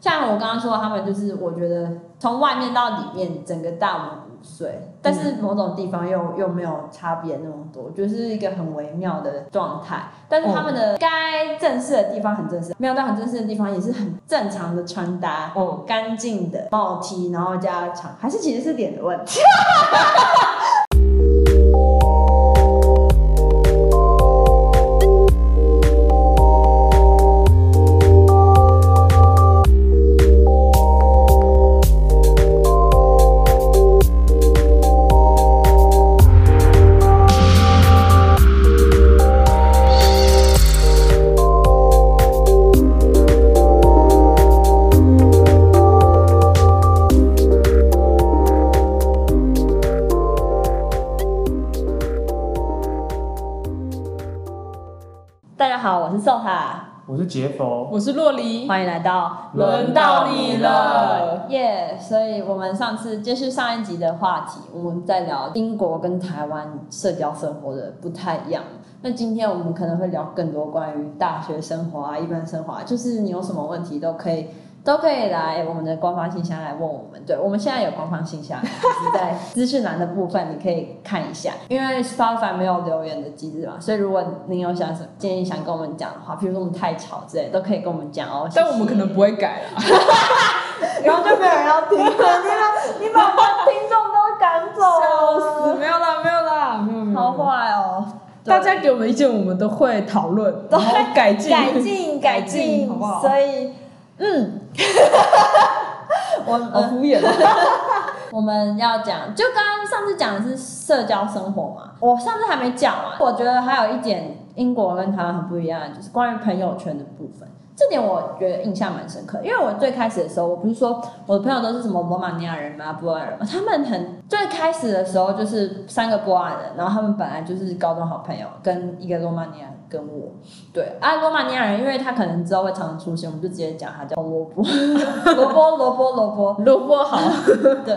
像我刚刚说的，他们就是我觉得从外面到里面，整个大我们五岁，但是某种地方又又没有差别那么多，就是一个很微妙的状态。但是他们的该正式的地方很正式，没有到很正式的地方也是很正常的穿搭，哦，干净的帽 T，然后加长，还是其实是脸的问题。大家好，我是瘦塔，我是杰佛，我是洛黎，欢迎来到轮到你了耶所以我们上次接续上一集的话题，我们在聊英国跟台湾社交生活的不太一样。那今天我们可能会聊更多关于大学生活啊、一般生活、啊，就是你有什么问题都可以。都可以来我们的官方信箱来问我们，对我们现在有官方信箱， 就是在资讯栏的部分你可以看一下，因为 Spotify 没有留言的机制嘛，所以如果您有想建议想跟我们讲的话，比如说我们太吵之类，都可以跟我们讲哦。谢谢但我们可能不会改啦。然后就没有人要听了，你你把我们听众都赶走笑死，了，没有啦，没有啦，没有没有。哦好坏哦！对大家给我们意见，我们都会讨论，然后改进，改进改进，好不好？哦所以，嗯，我好呃敷衍啊。我们要讲，就刚刚上次讲的是社交生活嘛，我上次还没讲完，我觉得还有一点英国跟台湾很不一样，就是关于朋友圈的部分。这点我觉得印象蛮深刻，因为我最开始的时候，我不是说我的朋友都是什么罗马尼亚人嘛、波兰人嘛，他们很最开始的时候就是三个波兰人，然后他们本来就是高中好朋友，跟一个罗马尼亚人跟我，对啊，罗马尼亚人，因为他可能之后会常常出现，我们就直接讲他叫萝卜，萝卜，萝卜，萝卜，萝卜好， 对。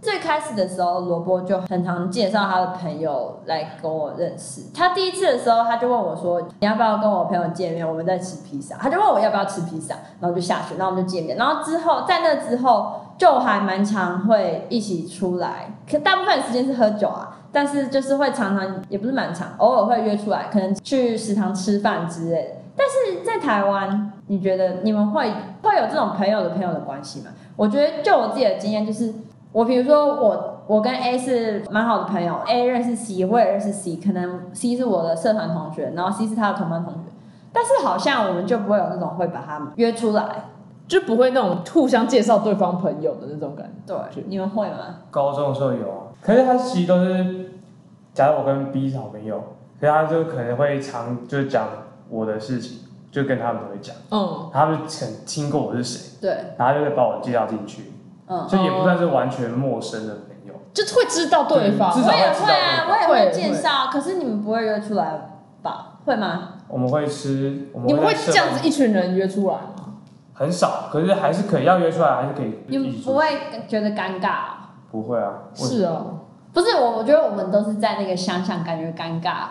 最开始的时候，萝卜就很常介绍他的朋友来跟我认识。他第一次的时候，他就问我说：“你要不要跟我朋友见面？我们在吃披萨。”他就问我要不要吃披萨，然后就下去，然后我们就见面。然后之后，在那之后，就还蛮常会一起出来，可大部分时间是喝酒啊，但是就是会常常，也不是蛮常，偶尔会约出来，可能去食堂吃饭之类的。但是在台湾，你觉得你们会会有这种朋友的朋友的关系吗？我觉得就我自己的经验，就是我比如说我我跟 A 是蛮好的朋友，A 认识 C，我也认识 C，可能 C 是我的社团同学，然后 C 是他的同班同学，但是好像我们就不会有那种会把他们约出来。就不会那种互相介绍对方朋友的那种感觉。对是你们会吗？高中的时候有啊，可是他其实都是，假如我跟 B 是好朋友，可是他就可能会常就讲我的事情，就跟他们都会讲，嗯，他们曾听过我是谁，对，然后他就会把我介绍进去，嗯，所以也不算是完全陌生的朋友。就会知道对方。至我少也会嗯知道会啊，我也会会会介绍，可是你们不会约出来吧？会吗？我们会吃，我们你们会在社这样子一群人约出来吗？很少，可是还是可以要约出来，还是可以你一们起不出去。会觉得尴尬啊、不会啊，我是哦，不是我，我觉得我们都是在那个想想感觉尴尬，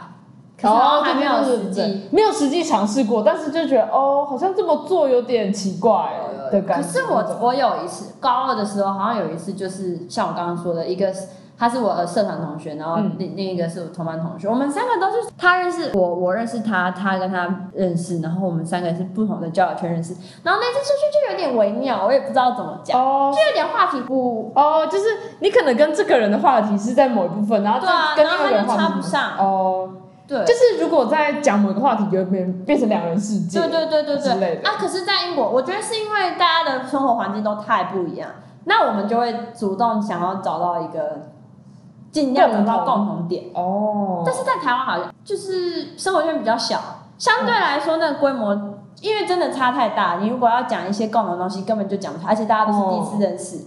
可是哦好像还没有实对对际。对没有实际尝试过，但是就觉得哦，好像这么做有点奇怪的感呃可觉。是我我有一次高二的时候，好像有一次就是像我刚刚说的，一个是他是我的社团同学，然后嗯另、另一个是我同班同学，我们三个都是他认识我，我认识他，他跟他认识，然后我们三个是不同的交友圈认识。然后那次出去就有点微妙，我也不知道怎么讲，哦就有点话题不哦，就是你可能跟这个人的话题是在某一部分，然后对啊，跟然另后外一他个人就的话插不题上，哦，对。就是如果在讲某个话题，就会变变成两人世界，对对对对之类对。的啊，可是，在英国，我觉得是因为大家的生活环境都太不一样，那我们就会主动想要找到一个尽量找到共共同点。哦，但是在台湾好像就是生活圈比较小，相对来说那个规模，因为真的差太大。你如果要讲一些共同的东西，根本就讲不出来，而且大家都是第一次认识。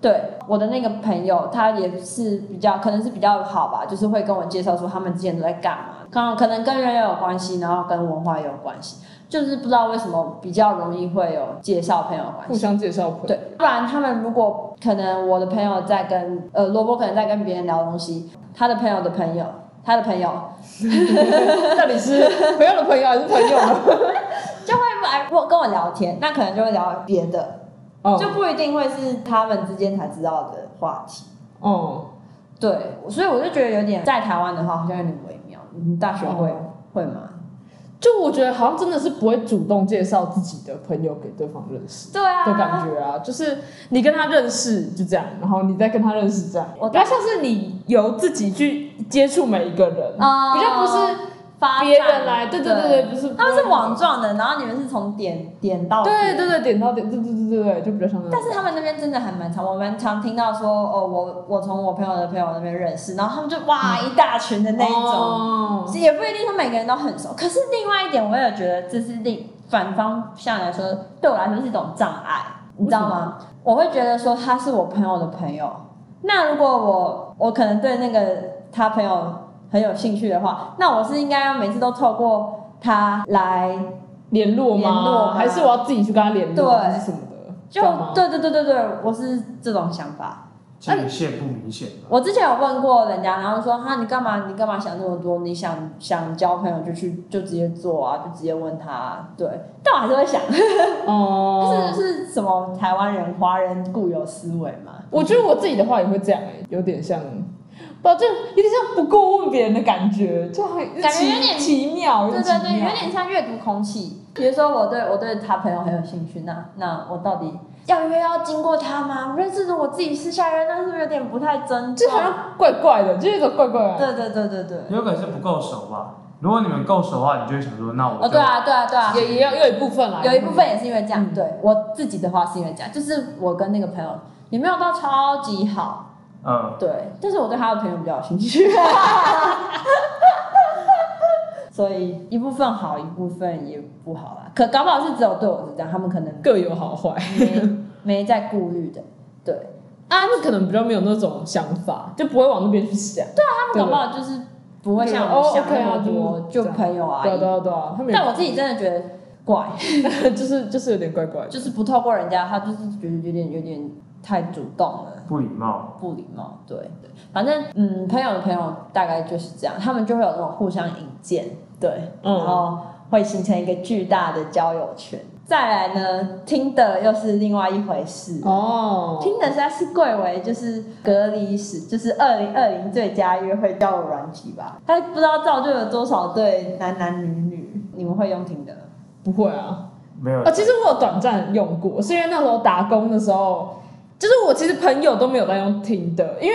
对，我的那个朋友，他也是比较，可能是比较好吧，就是会跟我介绍说他们之前都在干嘛，刚可能跟人也有关系，然后跟文化也有关系，就是不知道为什么比较容易会有介绍朋友的关系互。相介绍朋友，对，不然他们如果可能，我的朋友在跟呃萝卜可能在跟别人聊东西，他的朋友的朋友，他的朋友 到底是朋友的朋友还是朋友呢？啊就会来如果跟我聊天，那可能就会聊别的，哦就不一定会是他们之间才知道的话题。哦，对，所以我就觉得有点在台湾的话，好像有点微妙。你大学会、哦会吗？就我觉得好像真的是不会主动介绍自己的朋友给对方认识对啊，的感觉啊，就是你跟他认识就这样，然后你再跟他认识这样，我比较像是你由自己去接触每一个人，啊比较不是发别散人来，对对对对，不是他们是网状的，然后你们是从点点到对点对对，点到点，对对对对对，就比较像那种。但是他们那边真的还蛮常，我们常听到说，哦，我我从我朋友的朋友那边认识，然后他们就哇一大群的那一种，哦也不一定说每个人都很熟。可是另外一点，我也觉得这是另反方向来说，对我来说是一种障碍，你知道吗？我会觉得说他是我朋友的朋友，那如果我我可能对那个他朋友很有兴趣的话，那我是应该要每次都透过他来联络联络吗？吗还是我要自己去跟他联络，啊对还是什么的？就这样吗对对对对对，我是这种想法。界限不明显啊吧？我之前有问过人家，然后说哈，你干嘛？你干嘛想那么多？你想想交朋友就去，就直接做啊，就直接问他、对，但我还是会想，哦这、是什么台湾人、华人固有思维嘛？我觉得我自己的话也会这样、欸，有点像，不，就有点像不过问别人的感觉，就感很觉有奇点奇妙，对有点对奇对，妙有点像阅读空气。比如说我对我对他朋友很有兴趣，那那我到底要约要经过他吗？我认识的我自己私下约，那是不是有点不太尊就重？好像怪怪的，就有一种怪怪的。对对对对对，有可能是不够熟吧。如果你们够熟的话，你就会想说，那我哦对啊对啊对啊，也也要有一部分啦，有一部分也是因为这样，嗯对我自己的话是因为这样，就是我跟那个朋友也没有到超级好，嗯，对，但是我对他的朋友比较有兴趣， 所以一部分好，一部分也不好啦。可搞不好是只有对我是这样，他们可能各有好啊坏。 没没在顾虑的，对他们可能比较没有那种想法，就不会往那边去想。对啊，他们搞不好就是不会像我哦想那 OK 啊么多，就就是这样朋友而对啊，已对。啊，对啊，他们也但我自己真的觉得怪， 就是就是有点怪怪的。就是不透过人家，他就是觉得有点有点太主动了。不礼貌。不礼貌，对对，反正嗯，朋友的朋友大概就是这样，他们就会有那种互相引荐，对，嗯然后会形成一个巨大的交友圈。再来呢，听的又是另外一回事。哦，听的实在是贵为就是隔离史，就是二零二零最佳约会交友软体吧，他不知道造就了多少对男男女女。你们会用听的？不会啊，没有啊，其实我有短暂用过，是因为那时候打工的时候，就是我其实朋友都没有在用听的，因为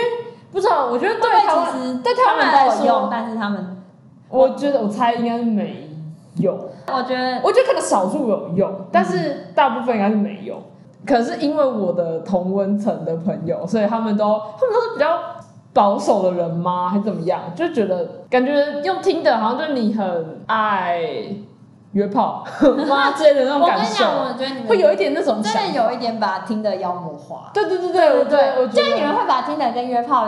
不知道，我觉得对会台不会其湾，实对台湾人他来们有用，说，但是他们，我觉得我猜应该是没有，我觉得我觉得可能少数有用，但是大部分应该是没有。可能是因为我的同温层的朋友，所以他们都他们都是比较保守的人吗，还是怎么样？就觉得感觉用听的，好像就是你很爱约炮 妈之类的那种我跟感你受讲，，我觉得你们会有一点那种真想的有一点把听的妖魔化。对对对对，我觉得我觉就是得你们会把听的跟约炮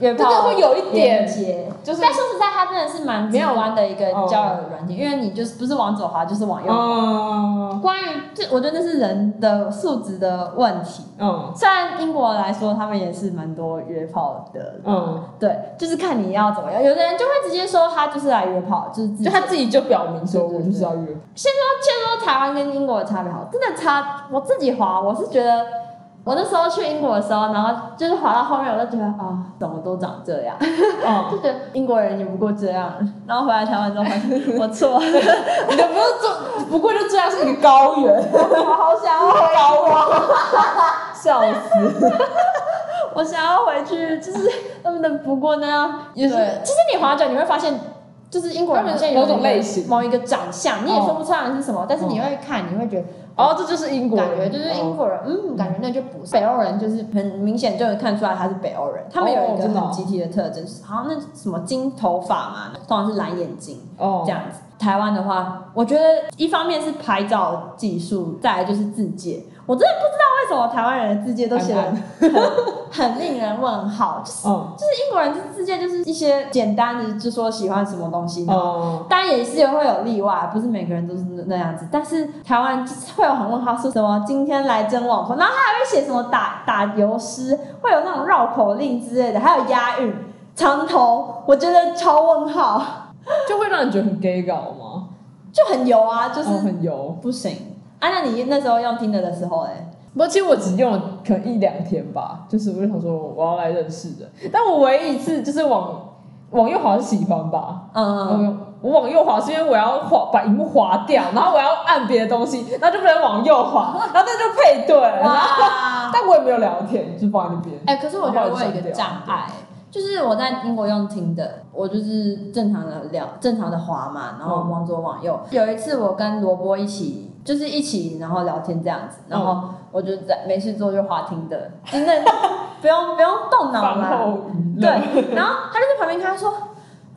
约真的炮会有一连点，接。就是但说实在，它真的是蛮直观的一个没有交友软件，因为你就是不是往左滑就是往右滑。嗯关于这，我觉得那是人的素质的问题。嗯虽然英国来说，他们也是蛮多约炮的，嗯，对，就是看你要怎么样。有的人就会直接说他就是来约炮，就是自己就他自己就表明说，对对我就是要约 炮，说台湾跟英国的差别好，真的差。我自己滑，我是觉得我那时候去英国的时候，然后就是滑到后面，我就觉得啊、怎么都长这样， 嗯，就觉得英国人也不过这样。然后回来台湾之后，发现我错了， 你的不是这，不过就这样是一个高原。 我好想哦要回高啊！笑死！ 我想要回去，就是他们的不过那样，也是。对其实你滑久，你会发现。就是英国人他们好像有某种一个类型某一个长相，你也说不出来是什么，但是你嗯会看，你会觉得哦，这就是英国感人，觉就是英国人，嗯，感觉那就不是北欧人，就是很明显就能看出来他是北欧人。他们有一个真的很哦集体的特征，就是好像那什么金头发嘛，通常是蓝眼睛哦这，样子。台湾的话，我觉得一方面是拍照技术，再来就是字界。我真的不知道为什么台湾人的字界都写的很很很 令人问号，就是嗯就是英国人字界就是一些简单的就说喜欢什么东西，然后哦，当然也是会有例外，不是每个人都是那样子。但是台湾就是会有很问号，说什么今天来真网红，然后他还会写什么打打油诗，会有那种绕口令之类的，还有押韵、长头，我觉得超问号。就会让你觉得很 gay 搞吗？就很油啊，就是哦很油。不行。啊，那你那时候用听的的时候、哎，不过其实我只用了可能一两天吧，就是我就想说我要来认识人，但我唯一一次就是往往右滑是喜欢吧，嗯，嗯，我往右滑是因为我要滑把荧幕滑掉，然后我要按别的东西，然后就不能往右滑，然后那就配对。哇，但我也没有聊天，就放在那边。嗯 哎、可是我觉得我有一个障碍， 就是我在英国用听的，我就是正常的聊，正常的滑嘛，然后嗯往左往右。有一次我跟萝卜一起，就是一起然后聊天这样子，然后我就在没事做就滑听的，真的不用不用动脑 饭啦。后娱 乐，对，然后他就在旁边跟他说。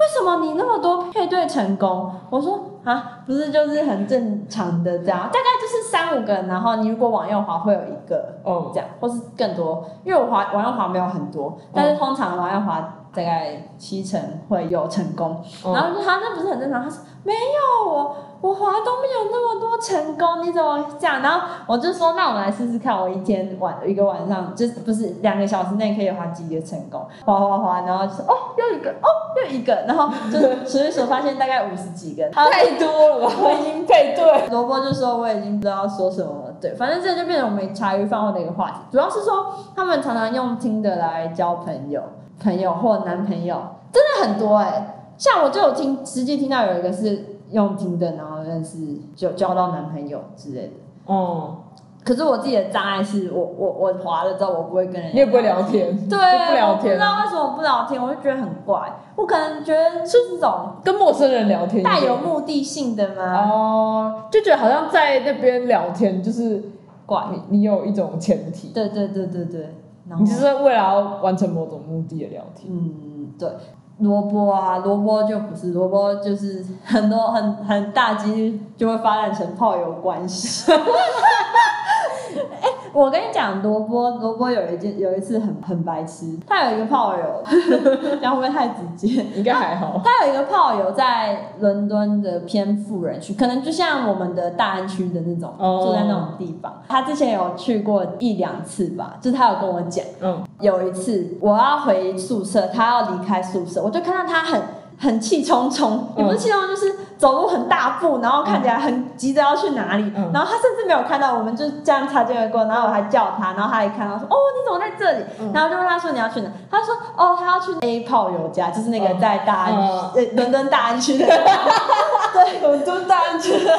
为什么你那么多配对成功？我说啊，不是就是很正常的这样，大概就是三五个，然后你如果往右滑会有一个，嗯，这样，或是更多，因为我滑玩右滑没有很多，但是通常玩右滑大概七成会有成功。然后我就说他那不是很正常，他说没有我我滑都没有那么多成功，你怎么这样？然后我就说那我们来试试看，我一天晚一个晚上就是不是两个小时内可以滑几个成功，滑滑滑，然后就说哦又一个哦又一个，然后就是数一数发现大概五十几个，他太多了吧，我已经配对。萝卜就说我已经不知道说什么了，对，反正这就变成我们茶余饭后的一个话题。主要是说他们常常用听的来交朋友，朋友或男朋友真的很多哎、像我就有听，实际听到有一个是用听的，然后认识就交到男朋友之类的。嗯，可是我自己的障碍是我我我滑了之后我不会跟人，你也不会聊天，对，就不聊我不知天，啊道为什么不聊天，我就觉得很怪。我可能觉得是这种跟陌生人聊天一样带有目的性的吗？哦，就觉得好像在那边聊天，就是怪，你你有一种前提，对对对对对，然后你就是为了要完成某种目的的聊天。嗯，对，萝卜啊，萝卜就不是萝卜，就是很多很很大几率就会发展成炮友关 系。哎、哎我跟你讲，萝卜萝卜有一件有一次很很白痴，他有一个炮友， 这样会不会太直接？应该还 好，他有一个炮友在伦敦的偏富人区，可能就像我们的大安区的那种，哦住在那种地方。他之前有去过一两次吧，就是他有跟我讲。嗯，有一次我要回宿舍，他要离开宿舍，我就看到他很很气冲冲，也嗯不是气冲，冲，就是走路很大步，然后看起来很急着要去哪里，嗯然后他甚至没有看到我们就这样擦肩而过，然后我还叫他，然后他也看到说哦你怎么在这里，嗯然后就问他说你要去哪，他说哦他要去 A 炮友家，就是那个在大安、哦嗯呃伦敦大安区的。啊伦敦大安区，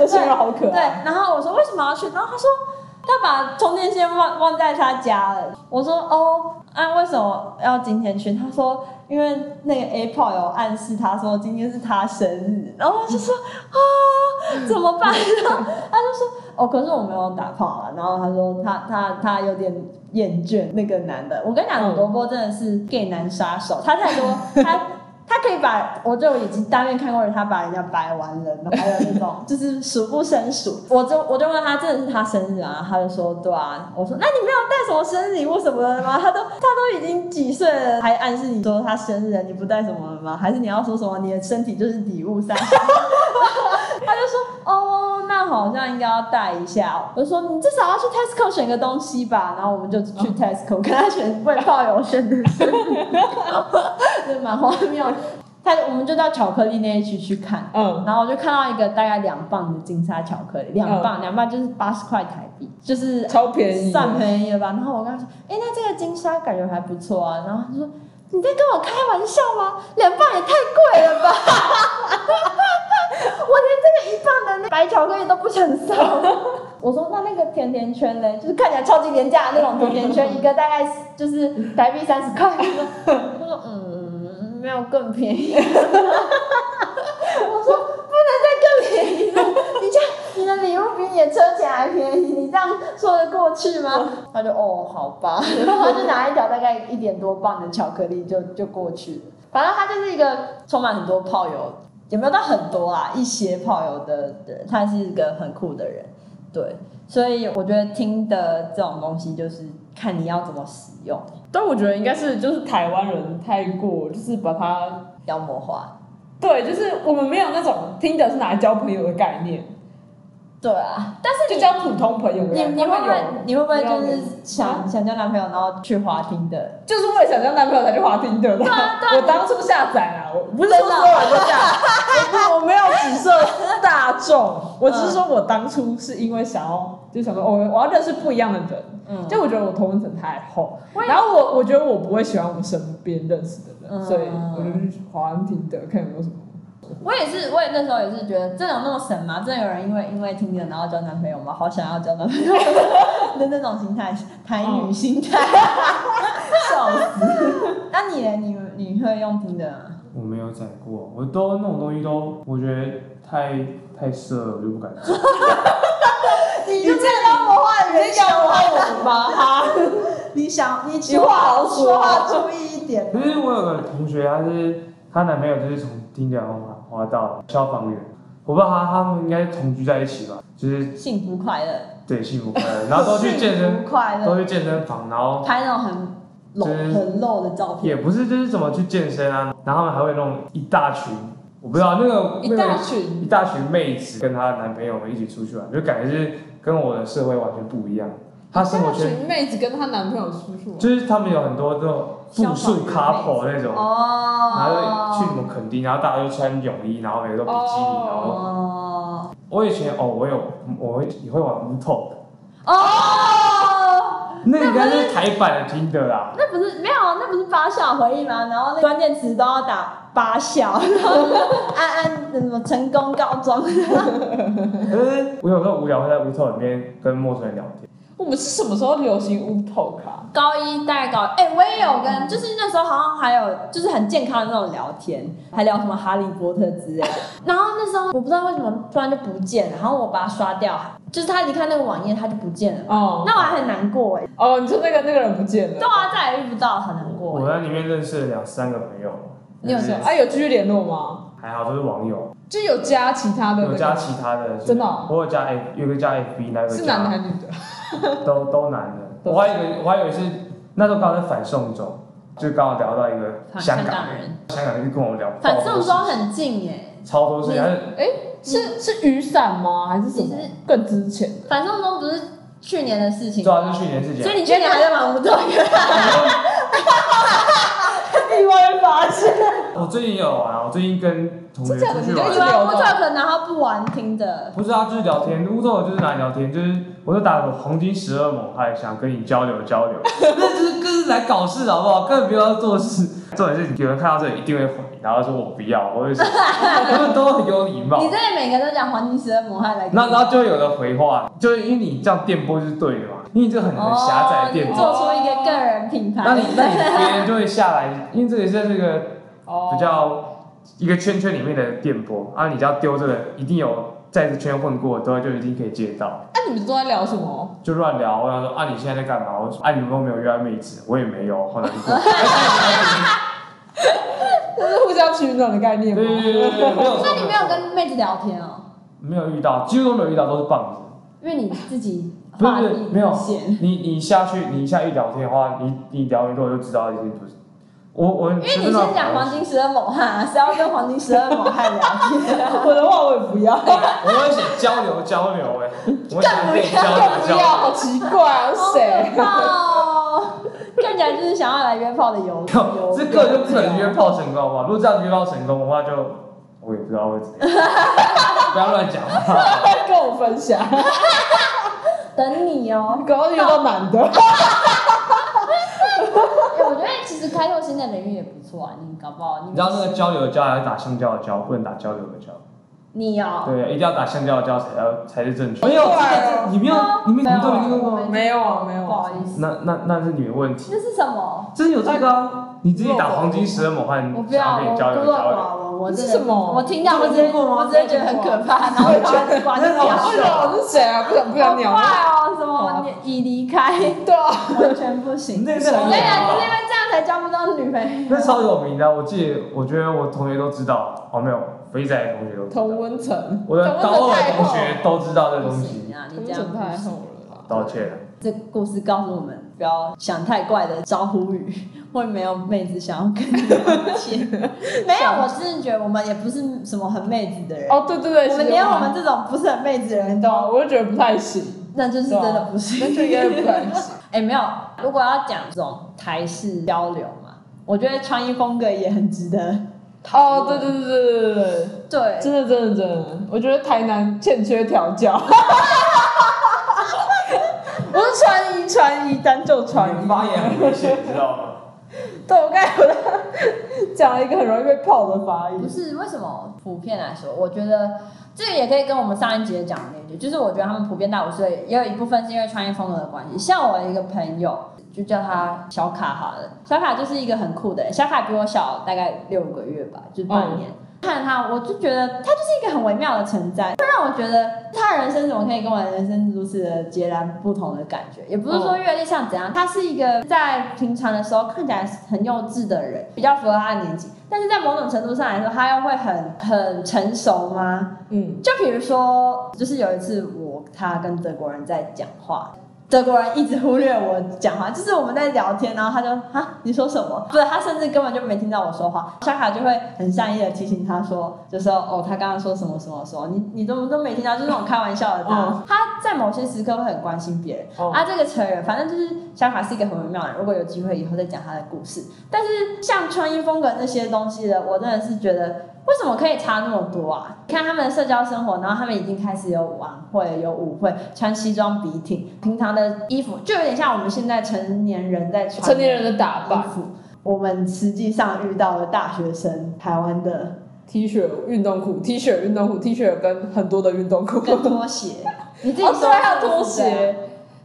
我形容好可 对爱。，然后我说为什么要去？然后他说他把充电线忘忘在他家了。我说哦，啊，为什么要今天去？他说因为那个 Apple 有暗示他说今天是他生日，然后我就说啊怎么办？ 然后他就说哦，可是我没有打炮了。然后他说他他他有点厌倦那个男的。我跟你讲，嗯萝卜真的是 gay 男杀手，他太多他。他可以把，我就已经当面看过了，他把人家掰弯了，然后还有那种就是数不胜数。我就我就问他，真的是他生日啊？他就说对啊。我说那你没有带什么生日礼物什么的吗？他都他都已经几岁了，还暗示你说他生日了，你不带什么了吗？还是你要说什么你的身体就是礼物三？他就说哦，那好像应该要带一下。我就说你至少要去 Tesco 选个东西吧。然后我们就去 Tesco 跟他选为炮友选的生日礼物，就蛮荒谬的。他我们就到巧克力那一区去看，嗯，然后我就看到一个大概两磅的金沙巧克力，两磅两、磅就是八十块台币，就是超便宜，算便宜了吧？然后我跟他说，哎、那这个金沙感觉还不错啊。然后他说，你在跟我开玩笑吗？两磅也太贵了吧！ 我连这个一磅的那白巧克力都不想收。我说那那个甜甜圈嘞，就是看起来超级廉价的那种甜甜圈，一个大概是就是台币三十块。他说他说嗯，没有更便宜。 我说不能再更便宜了，你这样你的礼物比你的车钱还便宜，你这样说得过去吗？ 他就哦好吧，然后他就拿一条大概一点多磅的巧克力就就过去了。反正他就是一个充满很多炮友，也没有到很多啊，一些炮友的人，他是一个很酷的人，对，所以我觉得听的这种东西就是看你要怎么使用，但我觉得应该是就是台湾人太过，就是把它妖魔化。对，就是我们没有那种听的是拿来交朋友的概念，对啊，但就是交普通朋友，你你你会不啊会有，你会不会不要就人是想想交男朋友，然后去滑听的？就是为了想交男朋友才去滑听的。对啊对啊我当初下载啦，我不是真说的啊所有人都下载， 我不我没有指涉大众，我只是说我当初是因为想要，就想说哦，我要认识不一样的人。 嗯，就我觉得我同温层太厚我，也然后我我觉得我不会喜欢我身边认识的人，嗯所以我就去滑听的，看有没有什么。我也是，我也那时候也是觉得，真的有那么神吗？真的有人因为因为听着然后交男朋友吗？好想要交男朋友 的那种心态，台女心态， 笑死。那你呢？你你会用听的吗？我没有载过，我都那种东西都我觉得太太色了，我就 不敢载。你就在帮我画你在教我我吗？哈，你想你你话好说啊说话注意一点。可是我有个同学，他是她男朋友就是从听讲滑滑到消防员，我不知道他他们应该同居在一起吧，就是幸福快乐，对幸福快乐，然后都去健幸 身，嗯福快都乐，去健身房，然后拍那种很露就是很露的照片，也不是就是怎么去健身啊，然后他们还会弄一大群，我不知道那个一那大个群一大群妹子跟她的男朋友们一起出去玩，就感觉是跟我的社会完全不一样。她生活一圈群妹子跟她男朋友出去玩，就是他们有很多这种复数 couple 那种，然哦后去什么垦丁，然后大家都穿泳衣，然后每个都比基尼，然后哦我以前哦，我有我会也会玩 w t o 哦，那应该是台版的听的啦。那不是没有，那不是八校回忆吗？然后那关键词都要打八校，然后就是 安安什么成功高中，可是我有时候无聊会在 w t o 里面跟陌生人聊天，我们是什么时候流行乌头卡？高一大概高，哎、我也有跟，就是那时候好像还有就是很健康的那种聊天，还聊什么哈利波特之 类的。然后那时候我不知道为什么突然就不见了，然后我把它刷掉，就是他一看那个网页他就不见了，哦那我还很难过哎、哦，你说那个那个人不见对了，啊，再也遇不到，很难过我哎、在里面认识了两三个朋友，你有就是啊，有继续联络吗？还好都是网友，就啊有加其他的那有个，加其他的，真的哦我有加 F，有一个加 FB，那个是男的加还是女的？都都男的。都我还以为我还以为是那时候刚好在反送中，就刚好聊到一个反香香港港人，香港人就跟我聊，反正说很近哎、超多事情，但是是是雨伞吗？还是什么其实？更之 前的？反正都不是去年的事情主吗，啊要是去年事情所。以你去年还在忙不动，意外发现，我最近有玩啊，我最近跟同学真假的出去你就玩一以直。为 w t 可能然后不玩听的，不是啊，就是聊天，乌头就是拿来聊天，就是我就打黄金十二猛汉，想跟你交流交流， 那就是就是来搞事好不好？根本不要做事。重点是有人看到这里一定会回，然后说我不要，我 会说，他们都很有礼貌你。这里每个都讲黄金十二魔汉来，那然后就会有人回话，就是因为你这样电波是对的嘛，因为这很很狭窄的电哦你波，做出一个个人品牌，那你那你别人就会下来，因为这里是这个哦比较一个圈圈里面的电波啊，你只要丢这个，一定有在这圈混过的，都就一定可以接到，那啊你们都在聊什么？就乱聊。我想说啊，你现在在干嘛？我说啊，你们都没有约到妹子，我也没有，好难过。这是互相取暖的概 对念对吗？对对对，没有。 那你没有跟妹子聊天哦，没有遇到，几乎都没有遇到，都是棒子。因为你自己不是画地没有底线，你你下去，你下一聊天的话，你你聊一个就知道一定不是。我我因为你先讲黄，金十二猛汉啊，谁要跟黄金十二猛汉聊天啊？我的话我也不 要，我会写交流交流哎、我会想跟你交流更不交要，流。好奇怪啊， 好谁？可怕哦！看起来就是想要来约炮的游游 这个就不可能约炮成功嘛。如果这样约炮成功的话就，我也不知道会怎样。不要乱讲话。跟我分享，哦等你哦。刚刚遇到男的，哎，我觉得其实开拓新的领域也不错啊，你搞不好你你知道那个交流的交还是打橡胶的胶，不能打交流的交。你哦，对，一定要打橡胶的胶才要才是正确。没有这个你没有，你们你们都没用过吗？没有啊，没有不啊好， 意思，那那那是你的问题。那是什么？真的有这个啊？你自己打黄金十二猛汉我，不想要，要跟我你交孤流陋交流。寡闻，我这真是的什么我听到我直你没接听过吗我直接觉得很可怕，然后我把它关掉。那好好不笑了，是谁啊？不想不想快鸟你，哦，什么你已离开，对啊。完全不你 行。那个是我很跟你有讲，就名是因的，啊为这样才交不到女朋友。那超有名的啊。我记得，我觉得我同学都知道。哦，没有，肥仔的同学都知道。同温层，我的高二同学都知道这东西。啊，同你温这样层不太行厚了啦。道歉。这故事告诉我们，不要想太怪的招呼语， 会没有妹子想要跟你聊天。 没有，我真的觉得我们也不是什么很妹子的人。哦，对对对，我们其实连我们这种不是很妹子的人对啊，都，我就觉得不太行，啊那啊就是真的不是。 那就应该不太行。哎、没有，如果要讲这种台式交流嘛，我觉得穿衣风格也很值得讨哦，对论。对对对对对对，对，真的真的真的，我觉得台南欠缺调教。 不是穿衣穿衣，单就穿你衣们。发言很危险，你知道吗？对，我刚才有在讲了一个很容易被泡的发不音。是为什么普遍来说，我觉得这个也可以跟我们上一节讲的那句，就是我觉得他们普遍大五岁，也有一部分是因为穿衣风格的关系。像我一个朋友，就叫他小卡好了，小卡就是一个很酷的人，小卡比我小大概六个月吧，就是半年。看他，我就觉得他就是一个很微妙的存在，会让我觉得他的人生怎么可以跟我的人生如此的截然不同的感觉？也不是说阅历上怎样，他是一个在平常的时候看起来很幼稚的人，比较符合他的年纪，但是在某种程度上来说，他又会很很成熟吗？嗯，就比如说，就是有一次我他跟德国人在讲话。德国人一直忽略我讲话，就是我们在聊天，然后他就哈你说什么？不是，他甚至根本就没听到我说话。小卡就会很善意的提醒他说，就说哦，他刚刚说什么什么什么，你你怎么都没听到，就是那种开玩笑的他。嗯他在某些时刻会很关心别人，哦啊，这个成人，反正就是想法是一个很微妙的人。如果有机会以后再讲他的故事，但是像穿衣风格那些东西的，我真的是觉得为什么可以差那么多啊？看他们的社交生活，然后他们已经开始有晚会、有舞会，穿西装笔挺，平常的衣服就有点像我们现在成年人在穿成年人的的打衣扮服。我们实际上遇到了大学生，台湾的，T 恤、运动裤、T 恤、运动裤、T 恤跟很多的运动裤。跟拖鞋， 你自己哦，说对，还有是不是拖这样鞋，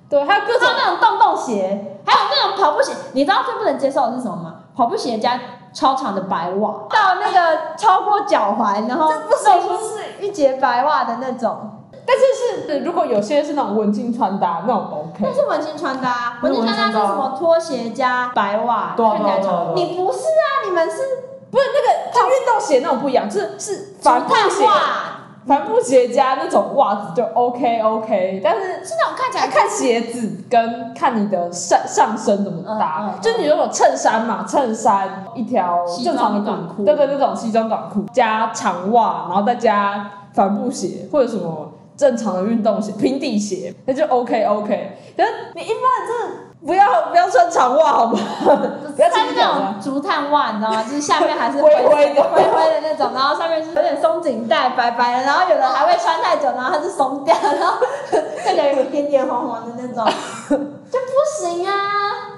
对，还有各还有种那种洞洞鞋，还有那种跑步鞋，你知道最不能接受的是什么吗？跑步鞋加超长的白袜，到那个超过脚踝，然后露出是一截白袜的那种，但是是如果有些是那种文青穿搭，那种 OK 那。是文青穿搭。啊那文是青文青穿搭穿是搭什么？拖鞋加白袜，对啊看起来对啊对啊超。对啊你不是啊，你们是不是那个，它运动鞋那种不一样，是是帆布竹鞋炭，袜，帆布鞋加那种袜子就 OK OK，但是是那种看起来看鞋子跟看你的上上身怎么搭，嗯嗯就你如果衬衫嘛，衬衫一条西正装常的短裤对对，那种西装短裤加长袜，然后再加帆布鞋或者什么正常的运动鞋、平底鞋，那就 OK OK。可是你一般人真的不要 不要穿长袜好吗？不要它轻是讲那啊种竹炭袜，你知道吗？就是下面还是灰灰的灰灰的那种，然后上面是有点松紧带，白白的，然后有的还会穿太久，然后它是松掉，然后看起来有一点点黄黄的那 种，就不行啊，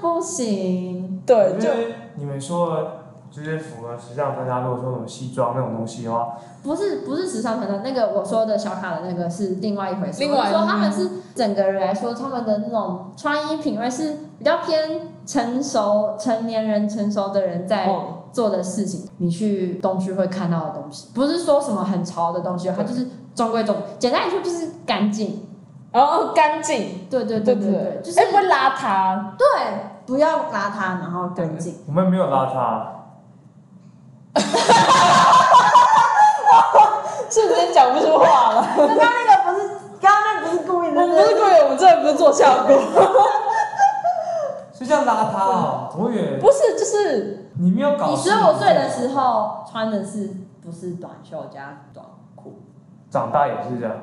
不行。对，我就觉得你们说的就是符合时尚穿搭，如果说什么西装那种东西的话，不是不是时尚穿搭，那个我说的小卡的那个是另外一回事。另外我是说他们嗯是整个人来说，他们的那种穿衣品味是比较偏成熟成年人成熟的人在哦，做的事情，你去东区会看到的东西，不是说什么很潮的东西，它就是中规中矩。简单来说就是干净，然后干净，对对对对对对，对，就是、哎不会邋遢， 对，不要邋遢，然后干净。我们没有邋遢，瞬间讲不出话了。 刚刚那个不是，刚刚那不是故意我们不是故意，我们真的不是做效果，是叫邋遢哦。我以为 不是就是你没有搞。你十五岁的时，候穿的是不是短袖加短裤？长大也是这样，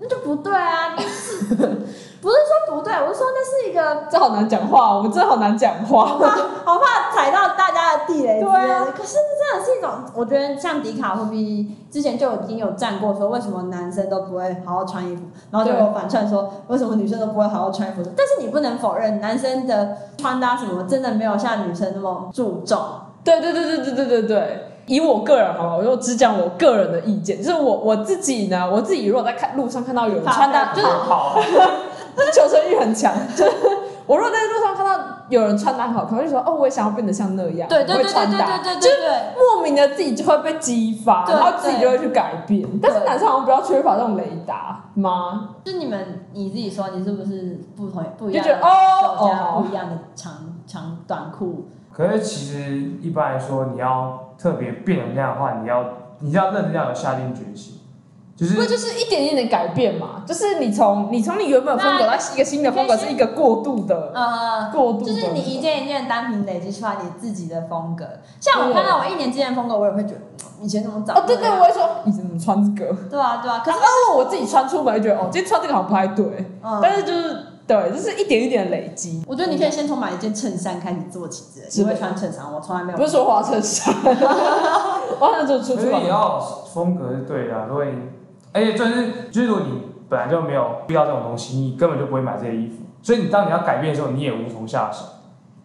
那就不对啊！就是 不是说不对，我是说那是一个这好难讲话，我们真的好难讲话。 好怕踩到大家的地雷之类对的。啊可是真的是一种，我觉得像迪卡或 B 之前就已经有站过说，为什么男生都不会好好穿衣服，然后就有反串说，为什么女生都不会好好穿衣服？但是你不能否认，男生的穿搭什么真的没有像女生那么注重。对对对对对对对对。以我个人好吧，我就只讲我个人的意见，就是我我自己呢，我自己如果在看路上看到有人 穿搭，就是好，求生欲很强， 就是我如果在路上看到有人穿搭很好看，我就说哦，我也想要变得像那样，对对对我会对对穿对搭，对对就对是莫名的自己就会被激发，对然后自己就会去改变。但是对男生好像比较缺乏这种雷达吗？就你们你自己说，你是不是不同不一样就觉的得哦手加哦不一样的长长短裤？可是其实一般来说，你要特别变成那样的话，你要你要认真要有下定决心，就是不就是一点一点改变嘛？就是你从你从你原本的风格到一个新的风格，那是一个过渡的呃，过渡的，就是你一件一件单品累积出来你自己的风格。像我看到我一年之前的风格，我也会觉得嗯以前怎么长哦，对这对，样我会说你怎么穿这个？ 对啊对啊。可然是后如果我自己穿出门，就觉得哦，今天穿这个好像不太对，但嗯，是就是对，就是一点一点累积，我觉得你可以先从买一件衬衫开始做起之类的，是只的会穿衬衫，我从来没有。不是说花 衬衫，花衬衫就出可去是也玩。要风格是对的啊、如果你，而且就是就是如果你本来就没有遇到这种东西，你根本就不会买这些衣服，所以你当你要改变的时候，你也无从下手，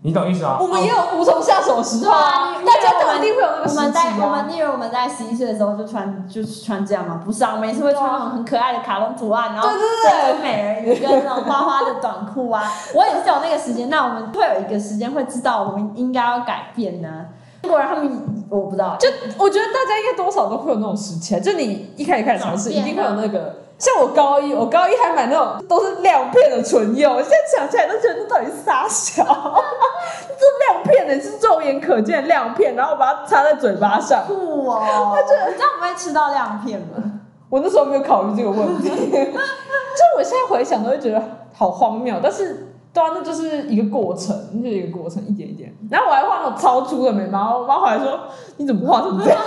你懂意思吗？我们也有无从下手的时候啊，对啊大家都一定会有那个我时们在期我啊。们，因为我们在十一岁的时候就穿就是穿这样嘛，不是啊，我们也是会穿那种很可爱的卡通图案，然后对对珍珠美人鱼跟那种花花的短裤 啊，我也是有那个时间。那我们会有一个时间会知道我们应该要改变呢、中国人他们我不知道，就我觉得大家应该多少都会有那种时期啊，就你一开始开始尝试，一转定会变有啊那个。像我高一，我高一还买那种都是亮片的唇釉，我现在想起来都觉得这到底是啥小， 这亮片的是肉眼可见的亮片，然后我把它插在嘴巴上。酷哦！你知道我们会吃到亮片吗？我那时候没有考虑这个问题，就我现在回想都会觉得好荒谬，但是对啊，那就是一个过程，那就是一个过程，一点一点。然后我还画那种超粗的眉毛，我妈后来说你怎么画成这样？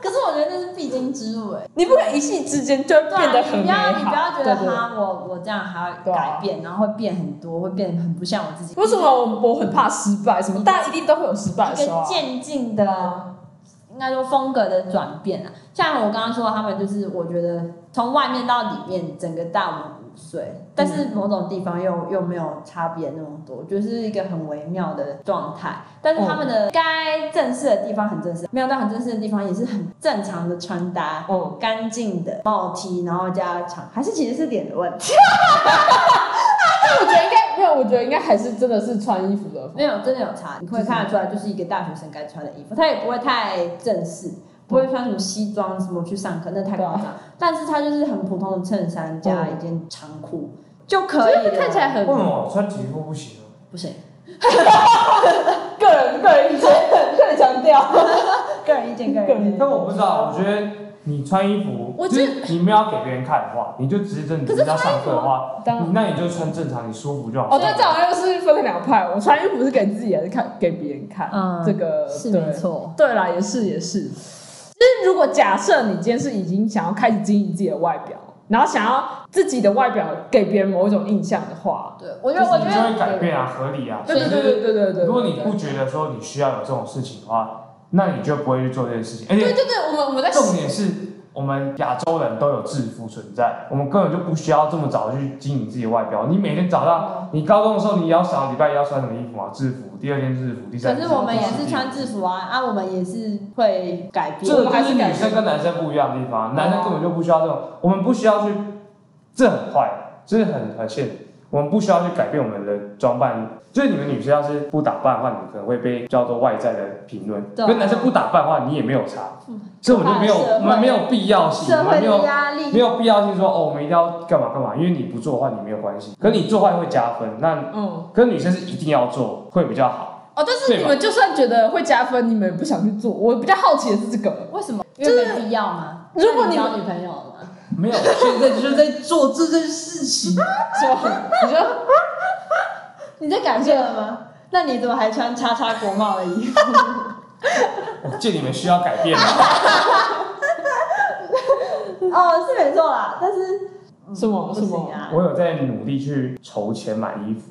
可是我觉得那是必经之路哎、你不可以一夕之间就会对变得啊，很你不美要你不要好，觉对得对。哈，我我这样还对要啊改变，然后会变很多，会变得很不像我自己。为什么我我很怕失败？什么大家一定都会有失败的一时候个啊、渐进的，应该说风格的转变啊。像我刚刚说，他们就是我觉得从外面到里面，整个大我们五岁，但嗯是某种地方又又没有差别那么多，就是一个很微妙的状态。但是他们哦的该正式的地方很正式，没有到很正式的地方也是很正常的穿搭。嗯，干净的帽 T，然后加长，还是其实是脸的问题，但我觉得应该没有，我觉得应该还是真的是穿衣服的。没有真的有差，你会看得出来，就是一个大学生该穿的衣服，他也不会太正式，不会穿什么西装什么去上课，那太夸张。但是他就是很普通的衬衫加一件长裤就嗯可以就是了，看起来为很什么穿几裤不行啊？不行，个人个人意见，个人强调。个人意见，个个人人意意见见。但我不知道，我觉得你穿衣服，我就觉是你没有要给别人看的话，你就直接真的你要上课的话，啊当你那你就穿正常，你舒服就好。哦，对，这好像又是分两派。我穿衣服是给自己还是看给别人看？嗯这个是对没错，对啦，也是也是。就是如果假设你今天是已经想要开始经营自己的外表，然后想要自己的外表给别人某一种印象的话，对我觉就得，我是觉你就得，会改变啊，合理啊。对对对对对对对。如果你不觉得说你需要有这种事情的话，那你就不会去做这件事情。而对对且对，我们我们在重点是我们亚洲人都有制服存在，我们根本就不需要这么早去经营自己的外表。你每天早上，你高中的时候，你要想礼拜一要穿什么衣服啊？制服，第二天制服，第三可天是制服。我们也是第四天穿制服啊，啊，我们也是会改这变。个就是女生跟男生不一样的地方，男生根本就不需要这种，我们不需要去，这很坏，这是很很现实，我们不需要去改变我们的装扮。就是你们女生要是不打扮的话，你可能会被叫做外在的评论；对嗯跟男生不打扮的话，你也没有差，所以我们就没有社会我们没有必要性，社会我们没的有压没力，有必要性说哦，我们一定要干嘛干嘛，因为你不做的话，你没有关系。可你做坏会加分，那嗯跟女生是一定要做会比较好。哦，但是你们就算觉得会加分，你们也不想去做。我比较好奇的是这个，为什么？因就为是没必要吗？如那果你你交女朋友了吗？没有，现在就是在做这件事情。是吧？你觉得你在改变了吗？那你怎么还穿叉叉国贸的衣服？我见你们需要改变吗？哦，是没错啦，但是什么不什么行？啊。我有在努力去筹钱买衣服，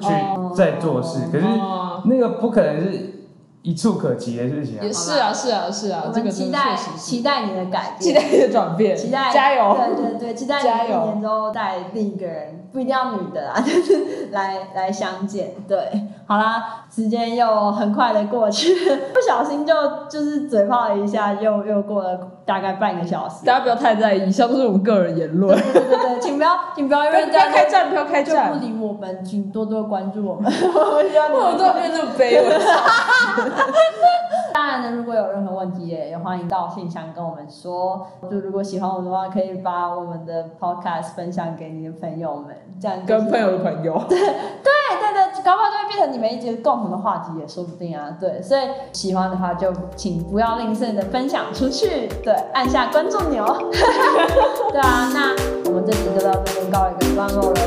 去哦在做事，可是哦那个不可能是一触可及的事情啊也。是啊是啊是啊我，这个们真期的待确实是期待你的改变，期待你的转变，期待加油！对对对，期待加你一油年之后带另一个人，不一定要女的啦， 就是来来相见。对，好啦，时间又很快的过去， 不小心就就是嘴炮了一下，又又过了大概半个小时。大家不要太在意，以上都是我们个人言论对。对对对，请不要请不要因不为要这样开战，不要开就战不，理我们，请多多关注我们，我们需要你我们都要变这么卑微。当然呢，如果有任何问题，也也欢迎到信箱跟我们说。就如果喜欢我们的话，可以把我们的 podcast 分享给你的朋友们，这样、就是、跟朋友的朋友，对对对，搞不好就会变成你们一节共同的话题也说不定啊。对，所以喜欢的话就请不要吝啬的分享出去，对， 按下关注钮。对啊，那我们这集就到这边告一个段落了。